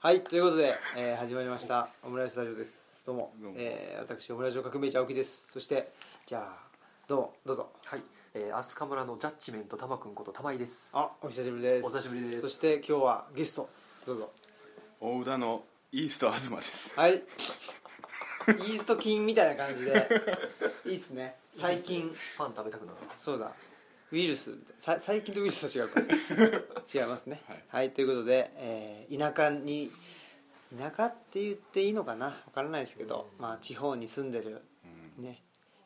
はい、ということで、えー始まりました、オムライスラジオです。どうもどう、もえー私、オムライス革命者、青木です。そして、じゃあ、どうも、どうぞ。はい、えー、アスカ村のジャッジメント玉くんこと玉井です。あ、お久しぶりです。お久しぶりですそして、今日はゲスト、どうぞ。大宇田のイースト東ですはい。イースト菌みたいな感じ で、いいっすね。細菌、パン食べたくなる。そうだ。ウイルス、さ細菌とウイルスと違 うか。違いますね。はい、ということで、えー田舎に、田舎って言っていいのかなわからないですけど、まあ、地方に住んでるうんね、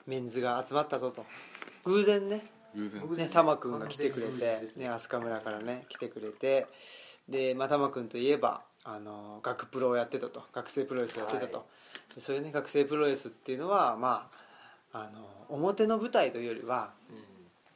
メンズが集まったぞと偶然ね偶然偶然ねタマくんが来てくれ完全に偶然てですねね飛鳥村からね来てくれてで、まあ、タマくんといえばあの学プロをやってたと学生プロレスをやってたと、はでそういうね学生プロレスっていうのはまああの表の舞台というよりは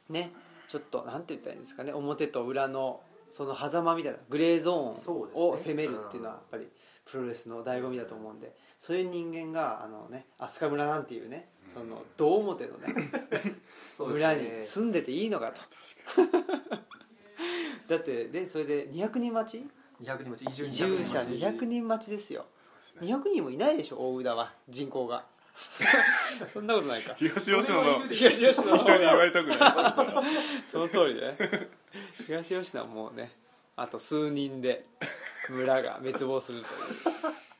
ねちょっとなんて言ったらいいんですかね表と裏のその狭間みたいなグレーゾーそうンですねを攻めるっていうのはやっぱりプロレスの醍醐味だと思うんでそういう人間があのね飛鳥村なんていうねその胴表のねそうです村ねに住んでていいのかとだってねそれで200人待ち200人も移移住住者200人人待ちですよそうですね200人もいないでしょ大宇田は人口が そんなことないか東吉野の人に東吉野の方が言われたくないですよそれはその通りね東吉野はもうねあと数人で村が滅亡するという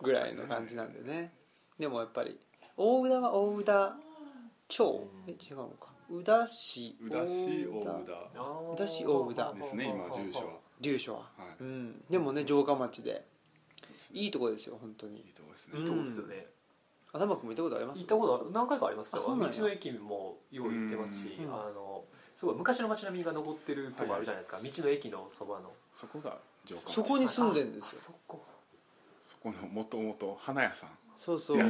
ぐらいの感じなんでねでもやっぱり大宇田は大宇田町え違うのか宇田市宇田市大宇田宇田市大宇田ですね今住所は龍所は、はいうん、でもね城下町でいいとこですよ本当いにいとこですねういんいとこですよね、頭くんも行ったことありま行すったこと何回かありますよあそう道なんやの駅もよう行ってますし、うんあのすごい昔の街並みが残ってるとこあるじゃないですか、道の駅のそばのそこが城下町そこに住んでんですよあそこそこのもともと花屋さんそうそうやっ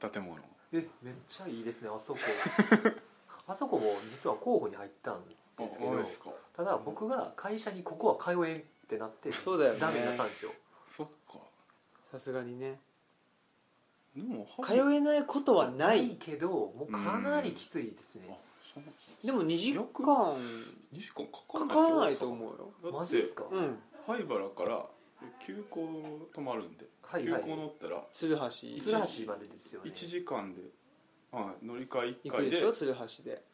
た建物えめっちゃいいですねあそこあそこも実は候補に入ったんですけあどあれですかただ僕が会社にここは通えんってなってそうだよねダメになったんですよそっかさすがにねでも通えないことはないけどもうかなりきついですねあそうでも2時間よく2時間かかかかららなないいですとよ思うよ大阪マジですか、うん灰原から急行止まるんではい急はい行乗ったら鶴橋鶴橋までですよね1時間で、はい、乗り換え1行く回ででしょ鶴橋で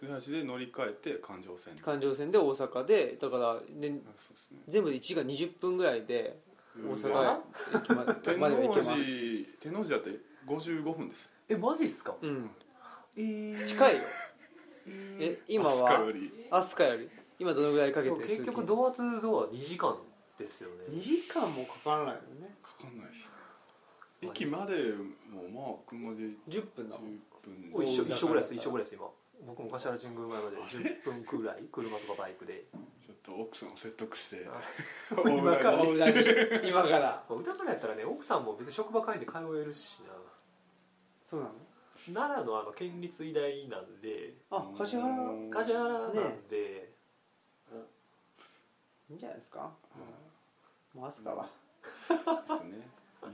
豊橋で乗り換えて環状線環状線で大阪でだからであそうですね全部で1時間20分ぐらいで大阪駅まで天までは行王け寺ます天王寺だって55分ですえマジですかうんえー近いよえ今飛鳥はより飛鳥より今どのぐらいかけでても結通局勤ドアトゥドア2時間ですよ2ね時間もかからないよねかかんないです駅までもまあ車で10分だもん10お分一緒だから一緒ぐらいです一緒ぐらいです今僕も柏原神宮前まで10分くらい車とかバイクでちょっと奥さんを説得してあ 大浦に今から大裏に今からまあ歌村やったらね奥さんも別に職場会で通えるしそうなのな奈良のあの県立医大なんであ柏原いうん柏原なんで、いんじゃないですかはもう飛鳥はですね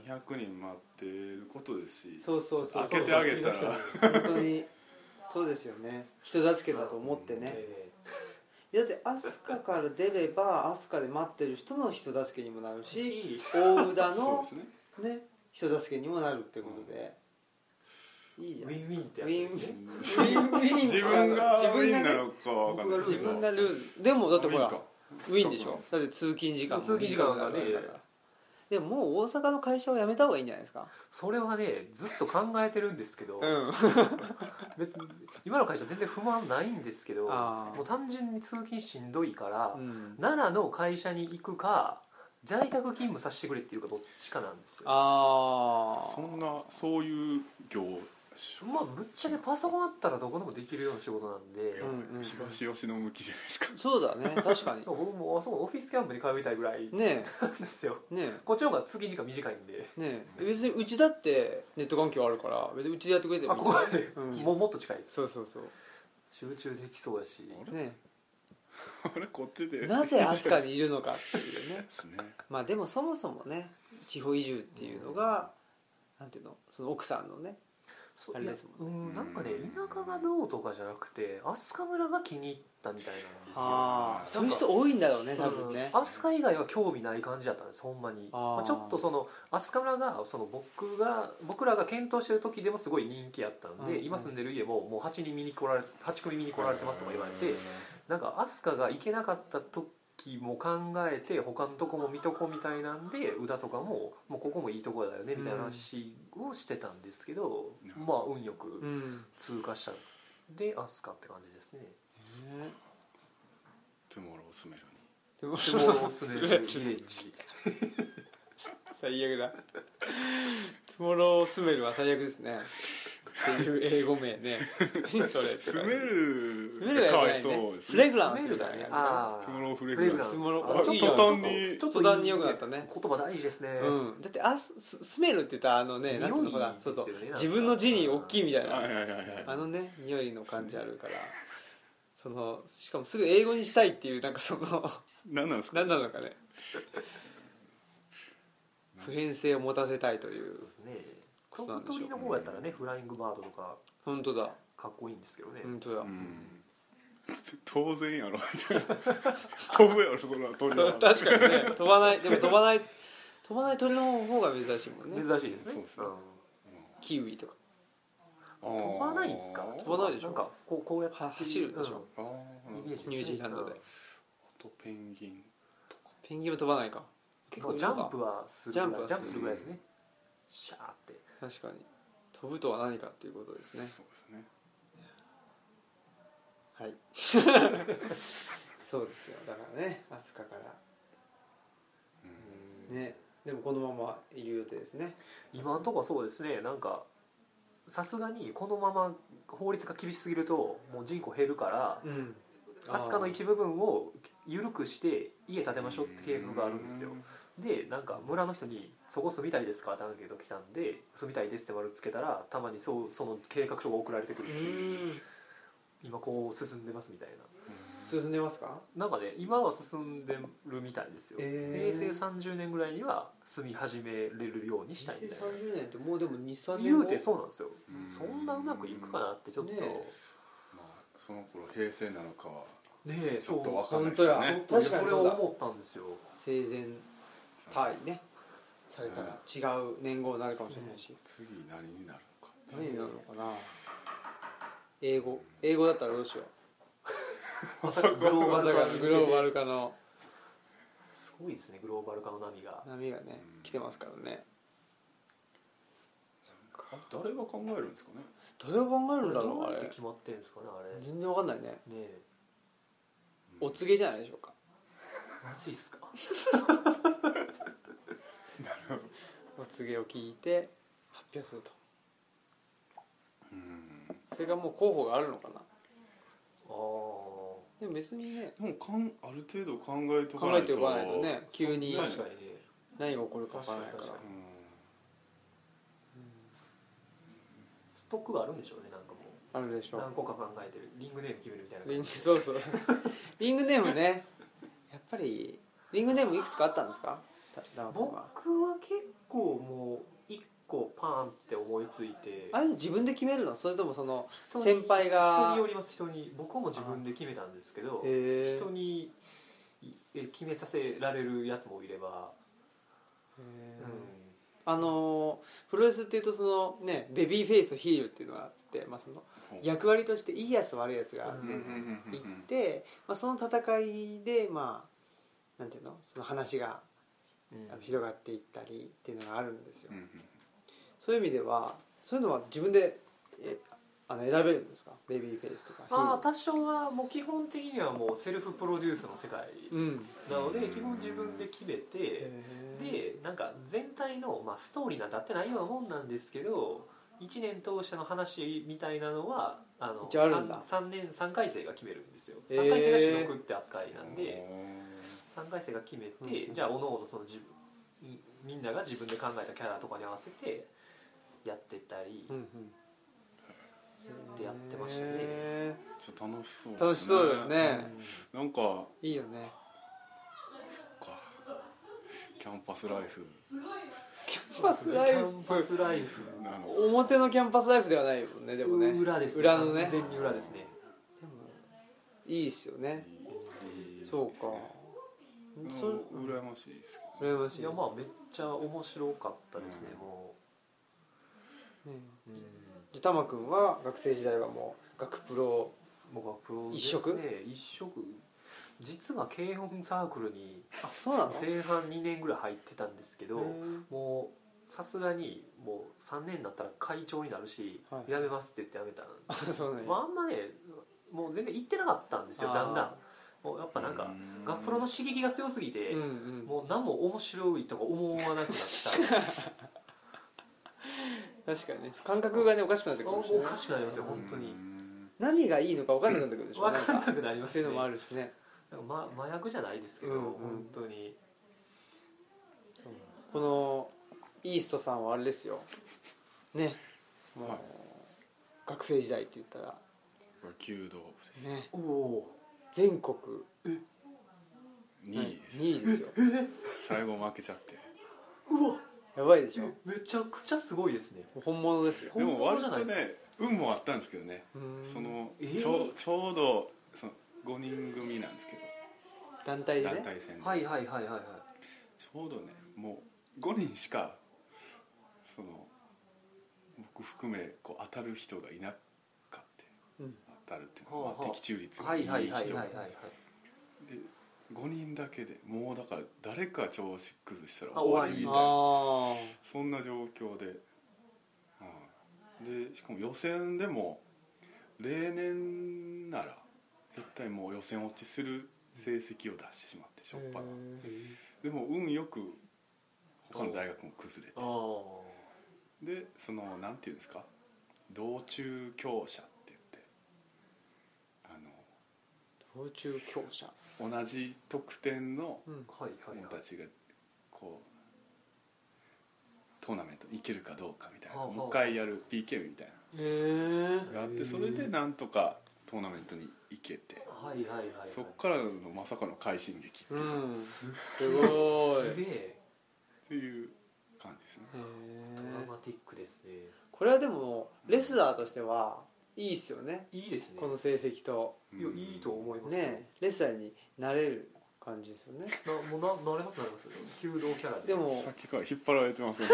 200人待ってることですしそうそうそう開けてあげたらそうそう本当にそうですよね人助けだと思ってねえだって飛鳥から出れば飛鳥で待ってる人の人助けにもなるーしし大宇田そうのですねね人助けにもなるってことでいいじウゃんィンウィンってやつですね自分が自ウ分ィがンなねのかわかんないです自けど分がルールでもだってほらウィンかウィンでしょだって通勤時間も通勤時間が短ねくなるんだからでももう大阪の会社を辞めた方がいいんじゃないですかそれはねずっと考えてるんですけど、うん別に今の会社全然不満ないんですけどあーもう単純に通勤しんどいから、うん奈良の会社に行くか在宅勤務させてくれっていうかどっちかなんですよ あそあんなそういう業種まあぶっちゃけパソコンあったらどこでもできるような仕事なんで、うんうんうん東吉野向きじゃないですか そうだね確かに でも僕もあそこオフィスキャンプに通いたいぐらいねなんですよえねこっちの方が通勤時間短いんでえねえ別にうちだってネット環境あるから別にうちでやってくれてあもいいここまで、うんもうもっと近いですそうそうそう集中できそうやしねあれこっちえでなぜ飛鳥でにいるのかっていう ねすねまあでもそもそもね地方移住っていうのが、なんていうのその奥さんのねそうあれですもいやうんねなんかねうん田舎がどうとかじゃなくて飛鳥村が気に入ったみたいなんですよああーそういう人多いんだろうね多分うんね飛鳥以外は興味ない感じだったんですほんまにあーまあ、ちょっとその飛鳥村がその僕が僕らが検討してる時でもすごい人気やったんで、うんうん今住んでる家ももう8人見に来られ8組見に来られてますとか言われて、なんか飛鳥が行けなかった時も考えて他のとこも見とこみたいなんで宇田とかももうここもいいとこだよねみたいな話をしてたんですけど、うんまあ運ようくん通過したで飛鳥って感じで すね。ねトゥモロースメルにでもでもおすす めのビレッジ最悪だトゥモロースメルは最悪ですねっていう英語名ね何それってスメルスメルがかやばわいいねそうですフレグラランスみたいな感あトゥモーローフレグランスフレグランストゥモロあーいい途よ端にちょっと途端に良くなったね言葉大事ですねじ、うん、だってあスススメルって言ったらあのねなんていうのかな、匂いですそようねそうなんか自分の字に大きいみたいなはいはいはいはいあのね匂いの感じあるからそのしかもすぐ英語にしたいっていうなんかその 何なんですか何なのかね普遍性を持たせたいというそうですねそうなん鳥でしょう取の方やったらねフライングバードとか本当だかっこいいんですけどね、本当だ、うん当然やろ みたいな飛ぶやろそんな鳥そう は確かにね飛ばないでも飛ばない飛ばない鳥の方が珍しいもんね珍しいですねそうですねキウイとかうん飛ばないんですかあー飛ばないでしょなんかこうこうやっては走るでしょうんあーイメージですねニュージーランドでうんあとペンギンペンギンも飛ばないか結ま構あジャンプはするぐらいジャンプはするジャンプするぐらいですねシャーって確かに飛ぶとは何かっていうことですそうねですねはい そうですよだからね飛鳥からうんねでもこのままいる予定ですね今のところそうですねなんかさすがにこのまま法律が厳しすぎるともう人口減るからうん飛鳥の一部分を緩くして家建てましょうって計画があるんですようでなんか村の人に「そこ住みたいですか?」ってアンケート来たんで「住みたいです」って丸つけたらたまにそうその計画書が送られてくうるっていうん今こう進んでますみたいな進んでますかなんかね今は進んでるみたいですよ、えー平成30年ぐらいには住み始めれるようにしたいみたいな2030年ってもうでも23年言後うてそうなんですようんそんなうまくいくかなってちょっとねえまあその頃平成なのかはねえちょっとわかんな本当いですよやね確かにそれをそうだ思ったんですよ生前退位ねされたら違う年号になるかもしれないし、次何になるのか何になるのかな英語英語だったらどうしようまさかグロまーバさル化かすグローバル化のごいですねグローバル化の波が波がね来てますからねあ誰が考えるんですかねどう考えるんだろどうあうやってれ決まってんですかねあれね全然わかんないねえお告げじゃないでしょうかマジっす かお告げを聞いて発表するとうんそれがもう候補があるのかなああでも別にねでもかんある程度考えとか考なえいてとおかないとね急にそう確かにね何が起こるかわからないから確うかんストックがあるんでしょうねなんかもうあるでしょう何個か考えてるリングネーム決めるみたいなリン感グじそうそう リングネームねやっぱりリングネームいくつかあったんですかたダンプ僕はは結構もう一個パーンって思いついてあれ自分で決めるのそれともその人に先輩が人によります人に僕も自分で決めたんですけどへえ人にいえ決めさせられるやつもいれば、うんあのープロレスっていうとそのねベビーフェイスとヒールっていうのがあって、まあ、その役割としていいやつと悪いやつがうんうんうんうんいて、まあ、その戦いでまあなんていうのその話がうんあの広がっていったりっていうのがあるんですよ、うんうんそういう意味ではそういうのは自分でえあの選べるんですかベビーフェイスとかヒあーあ多少はもう基本的にはもうセルフプロデュースの世界ルうんなので基本自分で決めてでなんか全体の、まあ、ストーリーなんて合ってないようなもんなんですけど1年通しての話みたいなのはあの一応あるんだ 3, 年三回生が決めるんですよへー3回生が主力って扱いなんで、う3回生が決めて、うんじゃあおのおのその自分んみんなが自分で考えたキャラとかに合わせてやってたり、うんうんでやってましたねへんちょっと楽しそうですね楽しそうようねんなんかいいよねかキャンパスライフキャンパスライキャンパフスライフあの表のキャンパスライフではないもんねでもね裏ですね裏のね完全に裏ですでねもいいっすよねいいですねそうかうんそれ羨ましいですけ羨ましいいやまあめっちゃ面白かったですね、うんもねう、じゃあ玉くんは学生時代はもう学プロ僕はプロ一色ね一色実は軽音サークルにあそうなの前半2年ぐらい入ってたんですけど、うんもうさすがにもう3年になったら会長になるし、はいやめますって言ってやめたんあ そうなんまやあ、あんまねもう全然行ってなかったんですよあーだんだんもうやっぱなんかうん学プロの刺激が強すぎて、うんうんもう何も面白いとか思わなくなった 確かにね感覚がねおかしくなってくるおかもしれおないかしくなりますよど本当にうん何がいいのか分かんなくなってくるでしょ分かなんなんかくなりまっていすうのねもあるしねなんかま、麻薬じゃないですけど、うんうん本当にこのイーストさんはあれですよねもう、はい学生時代って言ったら弓道部ですねおお全国2位です2位ですよ最後負けちゃってうわやばいでしょもめちゃくちゃすごいですねう本物ですよで本も物割じゃとないですかね運もあったんですけどねうんそのえーちょうちょうどその5人組なんですけ団体どで団ね体戦ではいはいはいはいはいちょうどねもう5人しかその僕含めこう当たる人がいなかってうん当たるっていうのは、はあまはあ、あ的中率がはいいいい人はいはいはいはいはいで5人だけでもうだから誰か調子崩したらあ終わりみ終あたいあなーそんな状況で、はいでしかも予選でも例年なら絶対もう予選落ちする成績を出してしまってしょっぱうな、んでも運よく他の大学も崩れてああでそのなんていうんですか道中強者って言って道中強者あの同じ得点のうんはいはい者はいたちがこうトーナメント行けるかどうかみたいなはあはあもう一回やる PK みたいへえなのがあっへてえそれでなんとかトーナメントに行けてはいはいはいはいそっからのまさかの快進撃ってういうんすすごいすげへえっていう感じですねドえラマティックですねこれはでもレスラーとしてはいいっすよねいいですねこの成績とういやんいいと思いますよねレスラーになれる感じですよねなもうななれますなれます弓道キャラででもさっきから引っ張られてます ね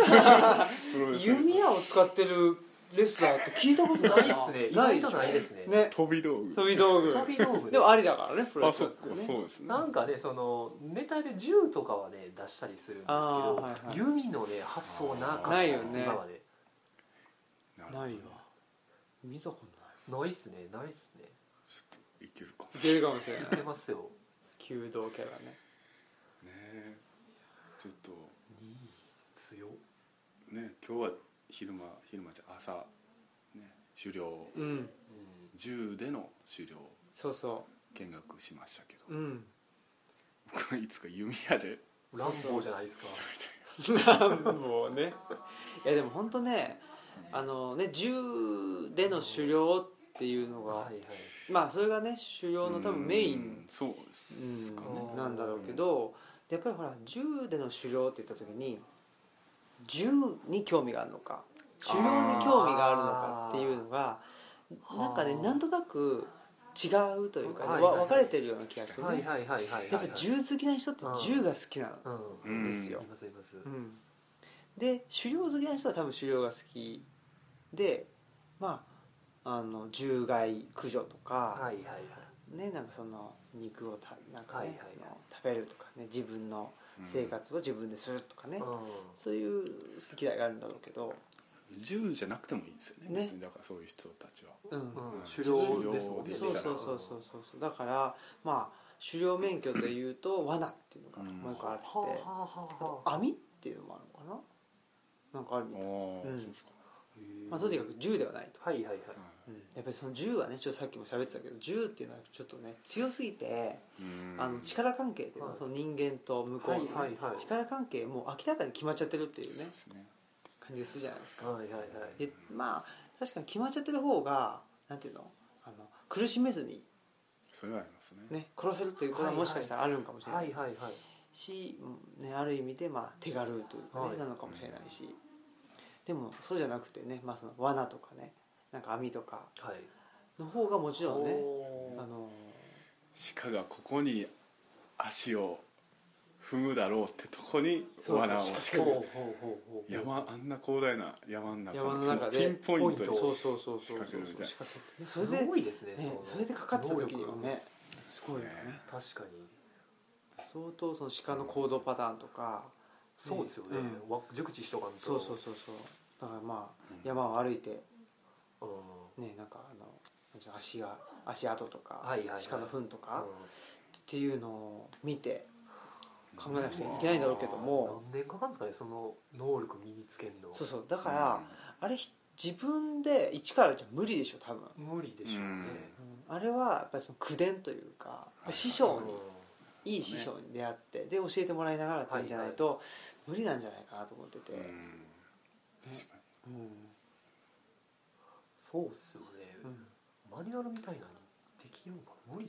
プロレス弓矢を使ってるレスラーって聞いたこと なないでいですすねね意外とないですすねね飛び道具飛び道具飛び道具ねでもありだからねプロあレスそだっっかたらねそうですねなんかねそのネタで銃とかはね出したりするんですけど、あーはいはい弓のね発想なかったないよね今はねなるほどないわ見たことなないっすねないっすねちょっといけるかいいけるかもしれないいけますよ弓道キャラねねえちょっと2位強ね今日は昼間昼間じゃ朝ね終了うんう10での終了そうそ見学しましたけどううん僕はいつか弓矢でん乱暴じゃないですか もうねいやでも本当ねあのね銃での狩猟っていうのが、はいはいまあそれがね狩猟の多分メインそうですかねうんなんだろうけどやっぱりほら銃での狩猟って言った時に銃に興味があるのか狩猟に興味があるのかっていうのがあーなんかねなんとなく違うというか、ねはいわ分かれてるような気がするはいねはいはいはいはいやっぱ銃好きな人って銃が好きなの。ううんんですよいますいますうん、で狩猟好きな人は多分狩猟が好きでまああの獣害駆除とか、はいはいはいねなんかその肉をたなんかね、はいはいはいあの食べるとかね自分の生活を自分でするとかね、うそういう好き嫌いがあるんだろうけど、 10じゃなくてもいいんですよねね別にだからそういう人たちはうんんうん狩狩猟猟ですもんねそうそうそうそうそうそうだからまあ狩猟免許でいうと罠っていうのがうんもう一個あって、はあはあはあはあ網っていうのもあるのかななんかあるみあたあい、そううんですかまあ、とにかく銃ではないと。はいはいはいうんやっぱりその銃はねちょっとさっきも喋ってたけど銃っていうのはちょっとね強すぎて、うんあの力関係で、はいその人間と向こうのね、はいはいはい力関係もう明らかに決まっちゃってるっていうねですね感じがするじゃないですかはいはいはいでまあ確かに決まっちゃってる方がなんていうのあの苦しめずに、それはありますねね、殺せるということははいはいもしかしたらあるんかもしれない、はいはいはいし、うんね、ある意味でまあ手軽というかね、はいなのかもしれないし、でもそうじゃなくてね、まあ、その罠とかねなんか網とかはいの方がもちろんねおーあの鹿がここに足を踏むだろうってとこにそうそう罠を仕鹿掛けをるほうほうほうほう山あんな広大な山の中山の中でそのピンポイントポインでトそうそうそうそう仕掛けるみたいなそれですごいですねねのそれでかかってた時にも能力ねすごいよね確かに相当その鹿の行動パターンとか、そうですよね、うんわ熟知しとかんとそうそうそうそうだからまあ、うん山を歩いてうん、ねなんかあの足が足跡とか、はいはいはい鹿の糞とか、うんっていうのを見て考えなくちゃいけないんだろうけども何年かかるんですかねその能力身につけるのそうそうだから、あれひ自分で一からじゃ無理でしょ多分、無理でしょうね、うんあれはやっぱりその口伝というかい師匠うんにいい師匠に出会ってで教えてもらいながらっていうんじゃないと、無理なんじゃないかなと思ってて、うんうんね確かうそうっすよね、んマニュアルみたいなのできるのかな無理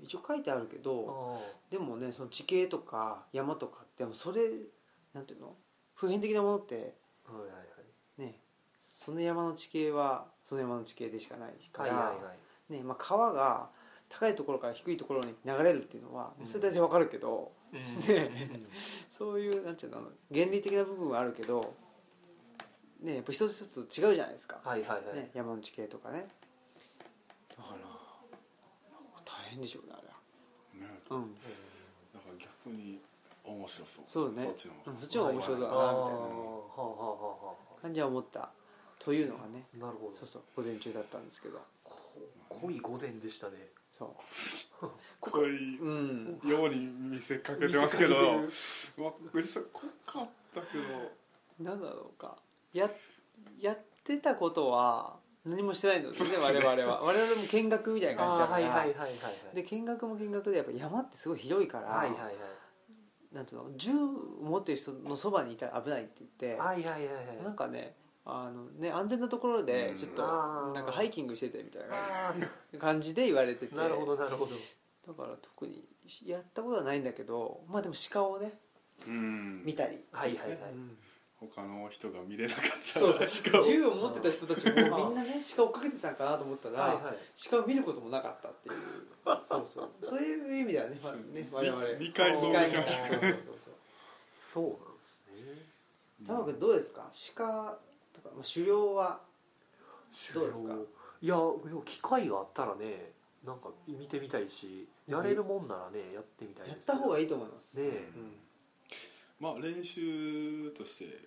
うん一応書いてあるけど、あでもねその地形とか山とかってもうそれなんていうの普遍的なものってあはいはいねその山の地形はその山の地形でしかないかはいら、はいはいはいねまあ、川が高いところから低いところに流れるっていうのはうんそれ大体わかるけど、うんねそういうなんていうの原理的な部分はあるけど、ね、やっぱ一つ一つ違うじゃないですか、はいはいはい、ね、山の地形とかねだから大変でしょうねあれはにねうんうだから逆に面白そうそうねそっちの方うんがそっちの方が面白そうんだあなあみたいはあなはあは感じは思ったというのがねあなるほどそうそう午前中だったんですけどこ濃い午前でしたねそ濃いううんように見せかけてますけど見まあ実は濃かったけどなんだろうかややってたことは何もしてないのですねそう我ですね々は我々も見学みたいな感じだあーかはいら、はいはいはいはいで見学も見学でやっぱ山ってすごい広いから、はいはいはいなんつうの銃持ってる人のそばにいたら危ないって言って、はいはいはいはいなんかねあのね安全なところでちょっとうんあーなんかハイキングしててみたいあな感じで言われててーなるほどなるほどだから特にやったことはないんだけどまあでも鹿をねうん見たり、はいはいそうはですいうん他の人が見れなかったそうそう鹿を銃を持ってた人たちもみんなね鹿を追っかけてたんかなと思ったら、はいはい鹿を見ることもなかったっていうそうそうそういう意味ではね,、まあ、ね我々二回遭遇しました二回ねそうそうそうそうなんですねそう玉君どうですか鹿とか、まあ、狩猟はどうですかいやでも機会があったらねなんか見てみたいしやれるもんならねやってみたいやっですた方がいいいと思います、ねうえん、まあ練習として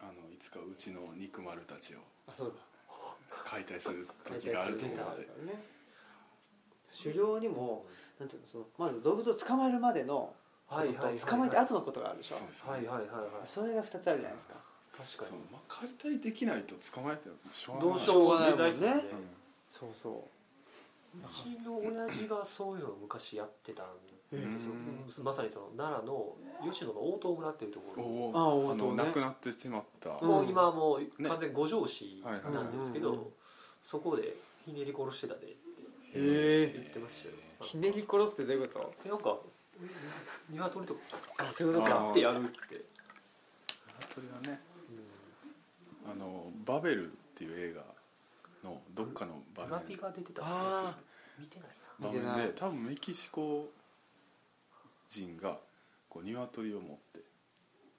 あのいつかうちの肉丸たちをあそうだ解体する時があると思うのでね狩猟にもなんていうのそのまず動物を捕まえるまでのはいはいはいはいことと捕まえて後のことがあるでしょそうですねはいはいはいはいそれが2つあるじゃないですか確そうかまあ解体できないと捕まえてもしょうがにどないうしようがないもんねですようんそうそううちの親父がそういうのを昔やってたんですようまさにその奈良の吉野の大遠村っていうところおあお、おあどうのね亡くなってしまった、うんもう今はもうね完全に五条市はいはいなんですけうんうんうどそこでひねり殺してたでってへえ言ってましたよひねり殺すってどういうことなんか鶏とかあそういうことあかーってやるってそれはねあのバベルっていう映画のどっかの場ブラピ面が出てたんですよあ見てないな場見てな面いで多分メキシコ人がこう鶏を持って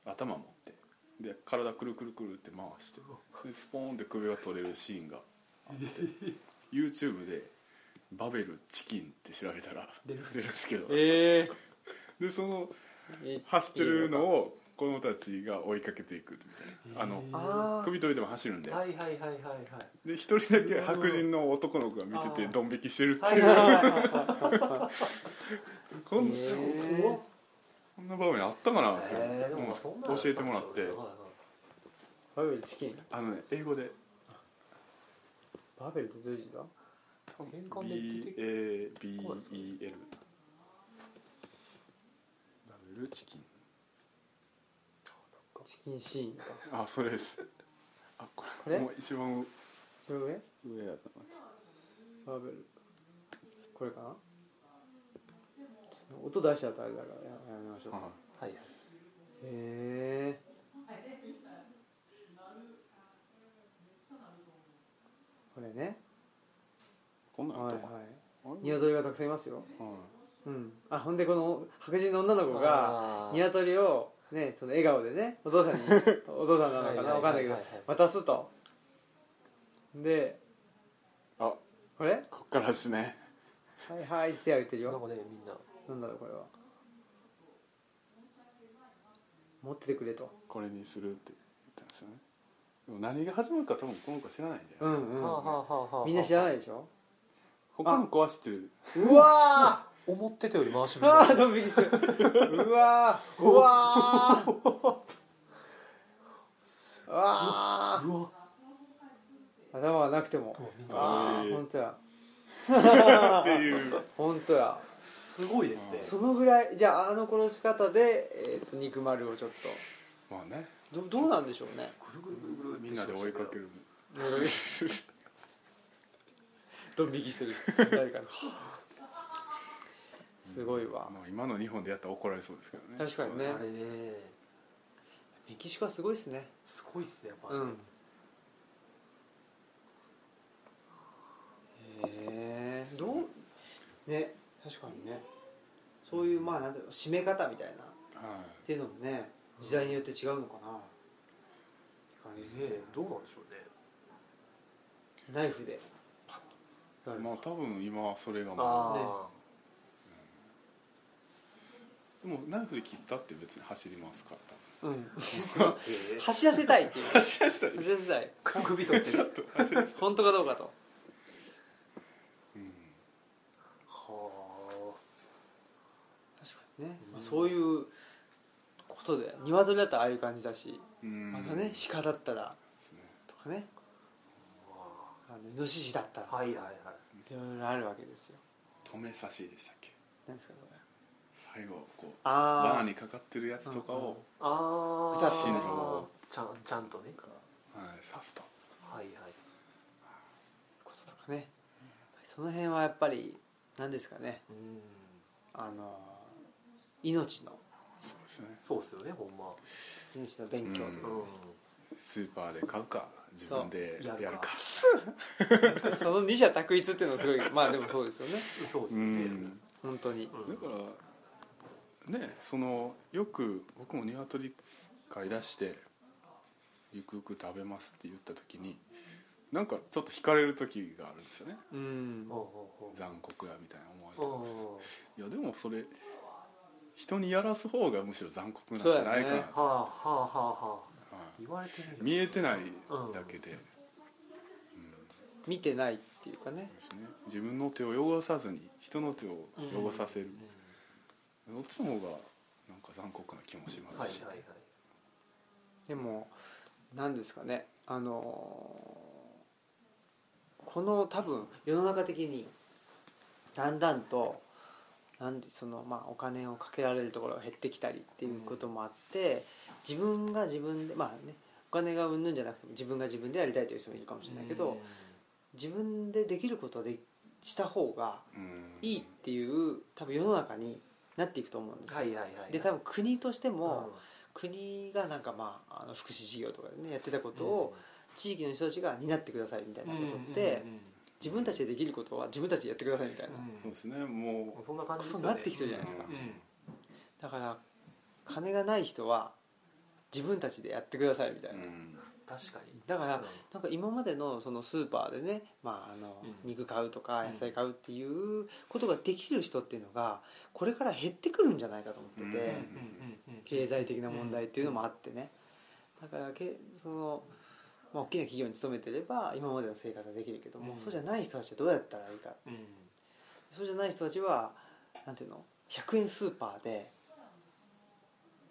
頭持ってで体くるくるくるって回してそれでスポーンって首が取れるシーンがあって YouTube で「バベルチキン」って調べたら出出るるんですけどえでそのえ走ってるのを子供たちが追いかけていくみたいなあのああ首取れても走るんではいはいはいはいはいで一人だけ白人の男の子が見てあてードン引きしてるってはいいうはいはいこんなへーこんな場面あったかなってへーでもまあそんなの教えてもらってはいはいバベルチキンあのね英語でバベルってどういう字だ変換で出て BABEL ダブルチキンチキンシーンかあそれですあここれれもう一番それ上上やと思いますバベルこれかな音出しちゃったらあれだからややめましょうあはいへえこれねこんなんやはっいたはかないあれ鶏がたくさんいますよ、はいうん、あほんでこの白人の女の子があー鶏をねその笑顔でねお父さん にお父さんなのかなはいはいはいはいわかんないけど渡すとであこれこっからですねはいはいって言ってるなんよかねみんななんだろうこれは持っててくれとこれにするって言ったんですよねでも何が始まるか多分この子知らないんじゃうないんですか、うんはあはあはあはあみんな知らないでしょ他の子は知ってるうわ思ってたより回しーぶりだあ ードン引きしてるうわーうわ ーうわうわー頭がなくてもうわみああえんなー本当やっていう本当やすごいですねそのぐらいじゃああの殺し方で、えー、と肉丸をちょっまあねとどどうなんでしょうねみんなで追いかけるドン引きしてる 人誰かのすごいわまあ今の日本でやったら怒られそうですけどね確かにねあれねメキシコはすごいですねすごいですねやっぱ、うんへえどうね確かにねそういうまあなんていうの締め方みたいなっはていうのもね時代によって違うのかなって感じですねねどうなんでしょうねナイフでいまあ多分今はそれがもあうでもナイフで切ったって別に走りますからうんあ、え ー走らせたいって いう走走らせたらせたい首取ってちょるっと走らせた本当かどうかとうんは確かにね、まうあ、んそういうことで鶏だったらああいう感じだしうんまたねです鹿だったらねとかねああのイノシシだったらはいはいはいいろいろあるわけですよ止め刺しでしたっけ何ですかそれ最後こうバあーにかかってるやつとかうんうんを、あ歌あってんぞちゃんちゃんとねはい、刺すとはいはいこととかねその辺はやっぱり何ですかねうんあの命のそうですねそうっすよねほんま命の勉強といううか、うスーパーで買うか自分でそうやるかその二者択一っていうのはすごいまあでもそうですよねんそうっすうねん本当にだからねそのよく僕も鶏飼い出して「ゆくゆく食べます」って言った時になんかちょっと惹かれる時があるんですよねうんほうほうほう残酷やみたいな思われたりしてういんやでもそれ人にやらす方がむしろ残酷なんじゃなそういかな、だよねはあはあはあはあは言われてみいる見えてないだけで、見てないっていうかねそうですね、自分の手を汚さずに人の手を汚させる、どっちの方がなんか残酷な気もしまうんはいすし、はいはいでも何ですかねあのーこの多分世の中的にだんだんとなんでそのまあお金をかけられるところが減ってきたりっていうこともあって自分が自分でまあねお金がうんぬんじゃなくても自分が自分でやりたいという人もいるかもしれないけど自分でできることはでした方がうんいいっていう多分世の中になっていくと思うんですよ。はいはいはいで多分国としてうんも、国がなんかまああの福祉事業とかでねやってたことを地域の人たちが担ってくださいみたいなことって自分たちでできることは自分たちでやってくださいみたいなうんそうですねも、そんな感じですこよとになねってきてるじゃないですかうんだから金がない人は自分たちでやってくださいみたいううな、ん、確かにだからうんなんか今までのそのスーパーでね、まあ、あのうん肉買うとかうん野菜買うっていうことができる人っていうのがこれから減ってくるんじゃないかと思ってて、うんうんうんうん経済的な問題っていうのもあってね、だからけその、まあ、大きな企業に勤めてれば今までの生活はできるけども、うんそうじゃない人たちはどうやったらいいかうんそうじゃない人たちはなんていうの100円スーパーで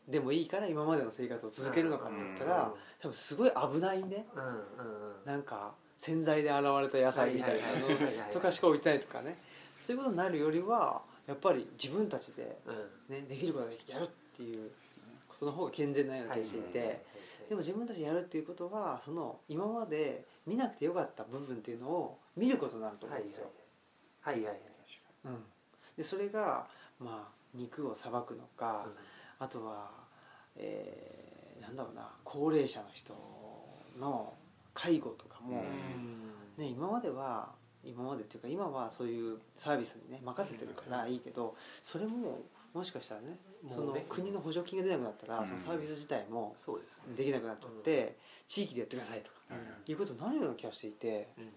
でもいいから今までの生活を続けるのかって言ったら、多分すごい危ないねうんうんうんなんか洗剤で洗われた野菜みたいなはいはいはいはいのとかしか置いてないとかねそういうことになるよりはやっぱり自分たちで、うんね、できることができやるっていうことの方が健全なような気がしていて。はいはいでも自分たちでやるっていうことはその今まで見なくてよかった部分っていうのを見ることになると思うんですよ。はいはいはいはいはいうん、でそれがまあ肉をさばくのか、あとは、えーなんだろうな高齢者の人の介護とかも、うんね、今までは今までっていうか今はそういうサービスにね任せてるからいいけどそれももしかしたらねそものうね国の補助金が出なくなったうらんそのサービス自体もそうですねできなくなっちゃって地域でやってくださいとかはいはいいうことになるような気がしていてうん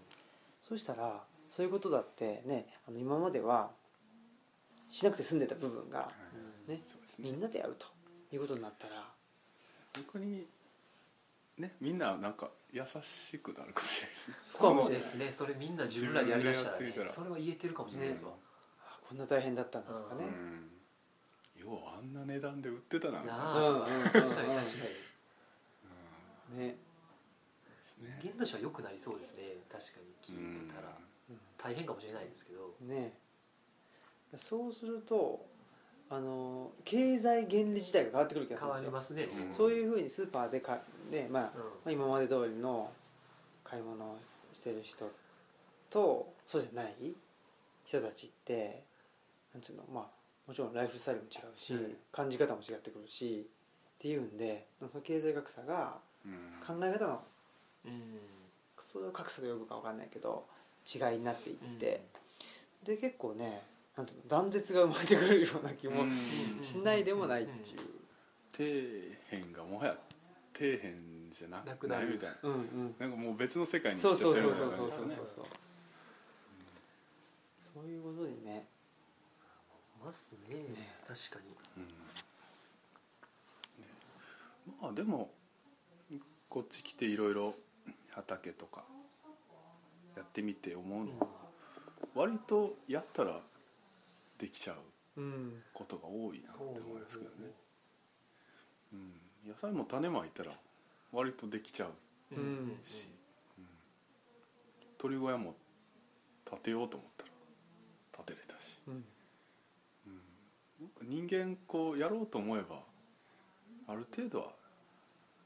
そうしたらそういうことだってねあの今まではしなくて済んでた部分がねそうですみねんなでやるということになったら逆にねみんななんか優しくなるかもしれないですねそうですねそれみんな自分らでやりだしたら,、自分でやってみたらそれは言えてるかもしれないですわ、あこんな大変だったんだとかね。うんようあんな値段で売ってたなみたいなうなうんうんんうんあ確かに確かねうんですにね現代史は良くなりそうですね確かに聞いてたらうん大変かもしれないですけどねえそうするとあの経済原理自体が変わってくる気がす変るんわですりよ、ますね、うんそういうふうにスーパーでか、ねまあうんまあ今まで通りの買い物をしてる人とそうじゃない人たちってなんつうのまあもちろんライフスタイルも違うし、うん感じ方も違ってくるしっていうんでその経済格差がうん考え方のうんそれを格差と呼ぶか分かんないけど違いになっていって、で結構ねなんていうの断絶が生まれてくるような気もうんしないでもないっていう。底辺がもはや底辺じゃななくくななるいみたいなうんうんなんかもう別の世界にそ行うっちゃそっうたそよううそうなそ感うじそうそうそですねういうことにねますねね確かにうんねまあでもこっち来ていろいろ畑とかやってみて思うのは割とやったらできちゃううんことが多いなって思いますけどね、うん、野菜も種まいたら割とできちゃうううんし、うん、鳥小屋も建てようと思ったら建てれたしうんうん人間こうやろうと思えばある程度は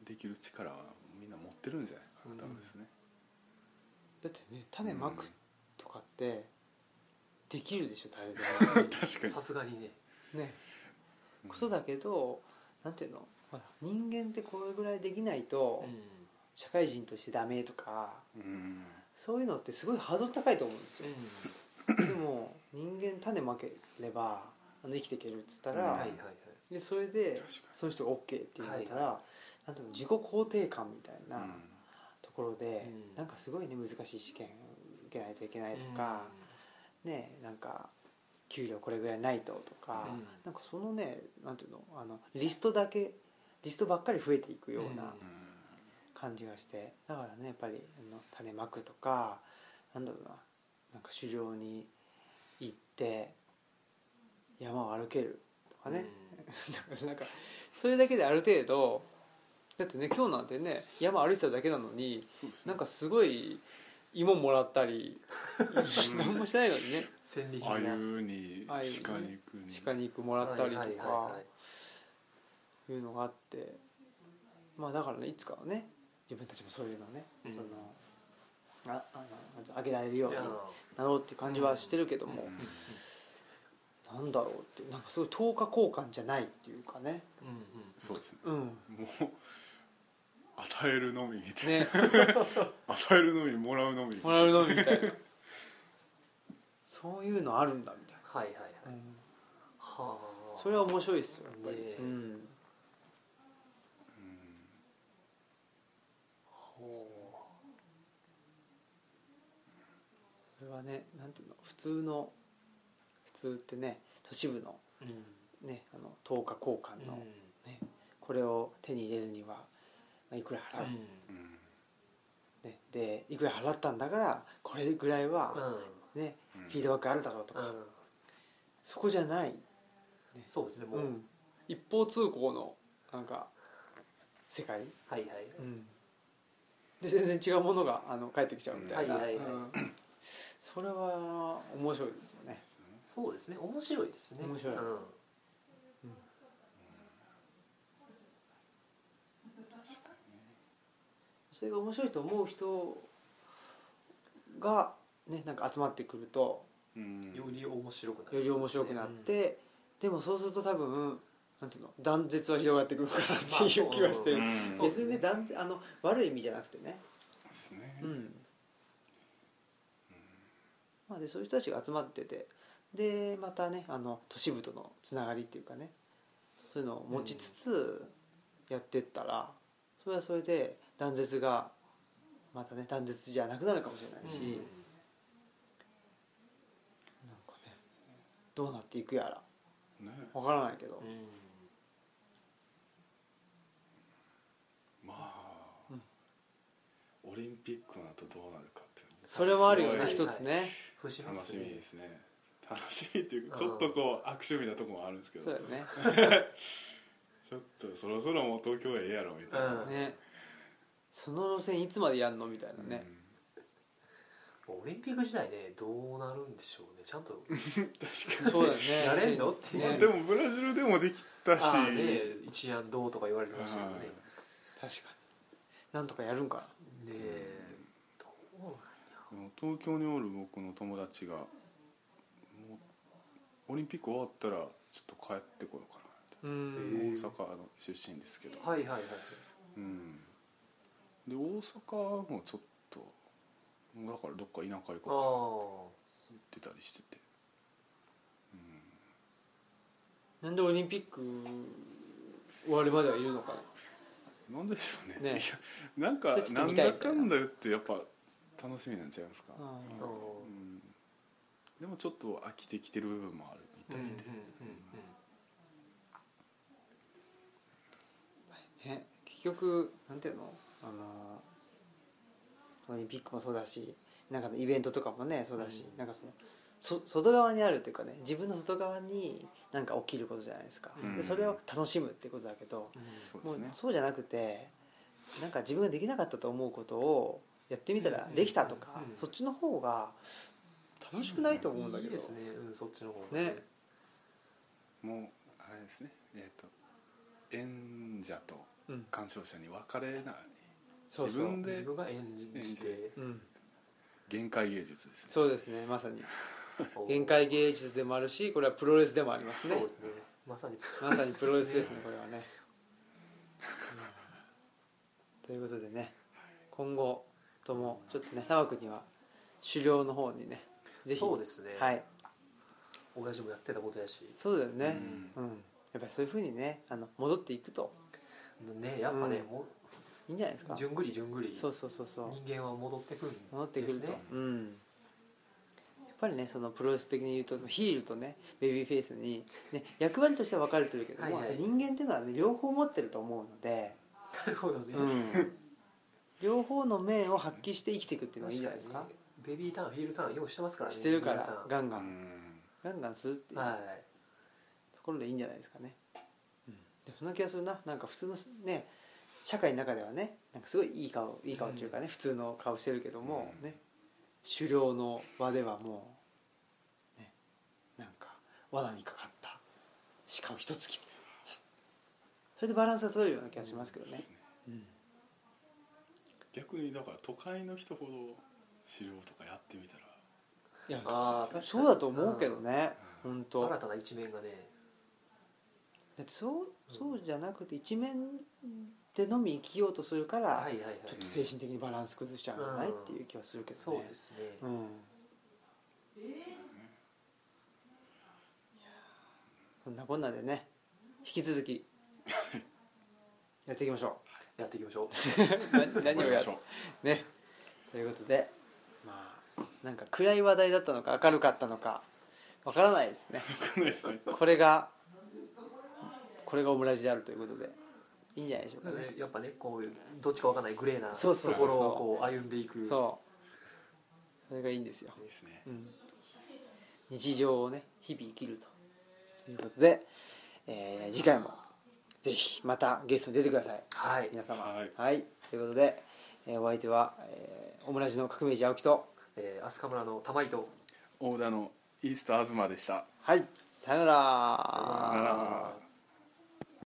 できる力はみんな持ってるんじゃないかなと思うんですね、だってね種まくとかってできるでしょ誰でうん確かにさすがにねもねことだけどなんていうのほら人間ってこれぐらいできないと社会人としてダメとかうんそういうのってすごいハードル高いと思うんですよでも人間種まければあの生きていけるっつったら、うんはいはいはいでそれで確かにその人が OK っていうんだったら、はなんていうの自己肯定感みたいなうところで、うんなんかすごいね難しい試験受けないといけないとか、ねなんか給料これぐらいないととか、うんなんかそのねなんていうのあのリストだけリストばっかり増えていくよううなんん感じがして、だからねやっぱりあの種まくとかなんだろうななんか狩猟に行って山を歩けるとかね、 なんかそれだけである程度だってね今日なんてね山歩いてただけなのにそうですねなんかすごい芋もらった りん何もしてないのにね戦利ああい品がうにああ鹿いうね肉に鹿肉もらったりとはいはいかはいはいいうのがあってまあだからねいつかはね自分たちもそういうのをね、うんそのああのなんつうのあげられるよういにやなろうっていう感じはしてるけども、うんなんだろうってなんかすごい等価交換じゃないっていうかねうんうんそうですねうんもう与えるのみみたいな、ね与えるのみもらうのみもらうのみたいなそういうのあるんだみたいはいはいはいな、はあそれは面白いですよやっぱり、ねえうんうんほそれはねなんていうの普通の普通ってね都市部のううんねあの等価交換の、うこれを手に入れるには、まあ、いくら払う、うんんね、でいくら払ったんだからこれぐらいは、ねうんフィードバックあるだろうとうか、んそこじゃない、そうですねもう、うん一方通行のなんか世界はいはいで全然違うものがあの帰ってきちゃうみたいな、はいはいはいうんそれは面白いですよねそうですね面白いですね面白いうんそれが面白いと思う人が、ね、なんか集まってくるとうんより面白くなるより面白くなってで,、もそうすると多分なんていうの断絶は広がってくるかなっていう気はしてる、まうんあそう別にね断絶あの悪い意味じゃなくてねですねうん、まあ、でそういう人たちが集まっててでまたねあの都市部とのつながりっていうかねそういうのを持ちつつやってったら、それはそれで断絶がまたね断絶じゃなくなるかもしれないし、うんなんかねどうなっていくやらねわからないけど、まあ、オリンピックの後どうなるかっていうのそれもあるよすねごい一つね不思議楽ですしみねですね楽しみっていうかうちんょっとこう悪趣味なとこもあるんですけそうどだよねちょっとそろそろもう東京へええやろみたいなうんねその路線いつまでやんのみたいなね、オリンピック時代ねどうなるんでしょうねちゃんとうん確かにそうだよねやれんのっていうねでもブラジルでもできたしああね一案どうとか言われてましたよねはい確かになんとかやるんかなねえどうなんやでも東京におる僕の友達がもうオリンピック終わったらちょっと帰ってこようかうなみんたいへな大え阪の出身ですけど、はいはいはいうんで大阪もちょっともうだからどっか田舎行こああうかって言ってたりしててうんなんでオリンピック終わるまではいるのかななんでしょうねねいやなんかそれちょっなとん見たいだみたいなかなんだ言ってやっぱ楽しみなんちゃいますか、うんうんでもちょっと飽きてきてる部分もあるみたいで、ね結局なんていうのあのーオリンピックもそうだしなんかのイベントとかもねそうだし、うんなんかそのそ外側にあるっていうかね自分の外側になんか起きることじゃないですか、うんでそれを楽しむってことだけど、そうでもうすねそうじゃなくてなんか自分ができなかったと思うことをやってみたらうんできたとか、うんそっちの方が楽しくないと思うんだいけいど、ですねうんそっちの方がねもうあれですねえっ、と演者とうん、鑑賞者に分かれないそう自そう分で自分が演じてうん、限界芸術ですねそうですねまさにおう限界芸術でもあるしこれはプロレスでもありますそうねですねまさにまさにプロレスですねこれはね、うんということでね今後ともちょっとねタワ君には狩猟の方にねぜひそうですねはい親父もやってたことやしそうだよねううん、やっぱりそういうふうにねあの戻っていくとねやっぱねうんもいいんじゃないですうかじゅんぐりじゅんぐりそう人そうそうそう間は戻ってくるんですね戻ってくると、うんやっぱりねそのプロレス的に言うとヒールとねベビーフェイスに、ね、役割としては分かれてるけども、はいはい人間っていうのはね両方持ってると思うので、なるほどねうん両方の面を発揮して生きていくっていうのがいいんじゃないですか確にベビーターンフィールターン用意してますからねしてるか皆さらんガンガうン、んガンガンするっていうはところでいいんじゃないですかね、でもそんな気がするななんか普通のね社会の中ではねなんかすごいいい顔いい顔っていうかね、普通の顔してるけども、うんね狩猟の場ではもうねなんか罠にかかった鹿を一突きみたいなそれでバランスが取れるような気がしますけどね、うん逆にだから都会の人ほど資料とかやってみたらいやあーそうだと思うけどね、う本い当新たな一面がねだってそうそうじゃなくて一面でのみ生きようとするから、はいはいはいちょっと精神的にバランス崩しちゃうんじゃない、うんっていう気はするけどねそうですねうんいやそんなこんなでね引き続きやっていきましょやっていきましょう 何をや頑張りましょろうねということでまあなんか暗い話題だったのか明るかったのかわからないですねうわ かんないですねこれがこれがオムラジであるということでいいんじゃないでしょううかなんかね ねやっぱねこうどっちかわかんないグレーなそうとそうこそうろそうをこう歩んでいくそうそれがいいんですよ、いいですねうん、日常をね日々生きるということで、えー次回もぜひまたゲストに出てくださいはい皆様はいということで、えーお相手は、えーオムラジの革命児青木とえー飛鳥村の玉井と大田のイースターズマでしたはいさよならさよなら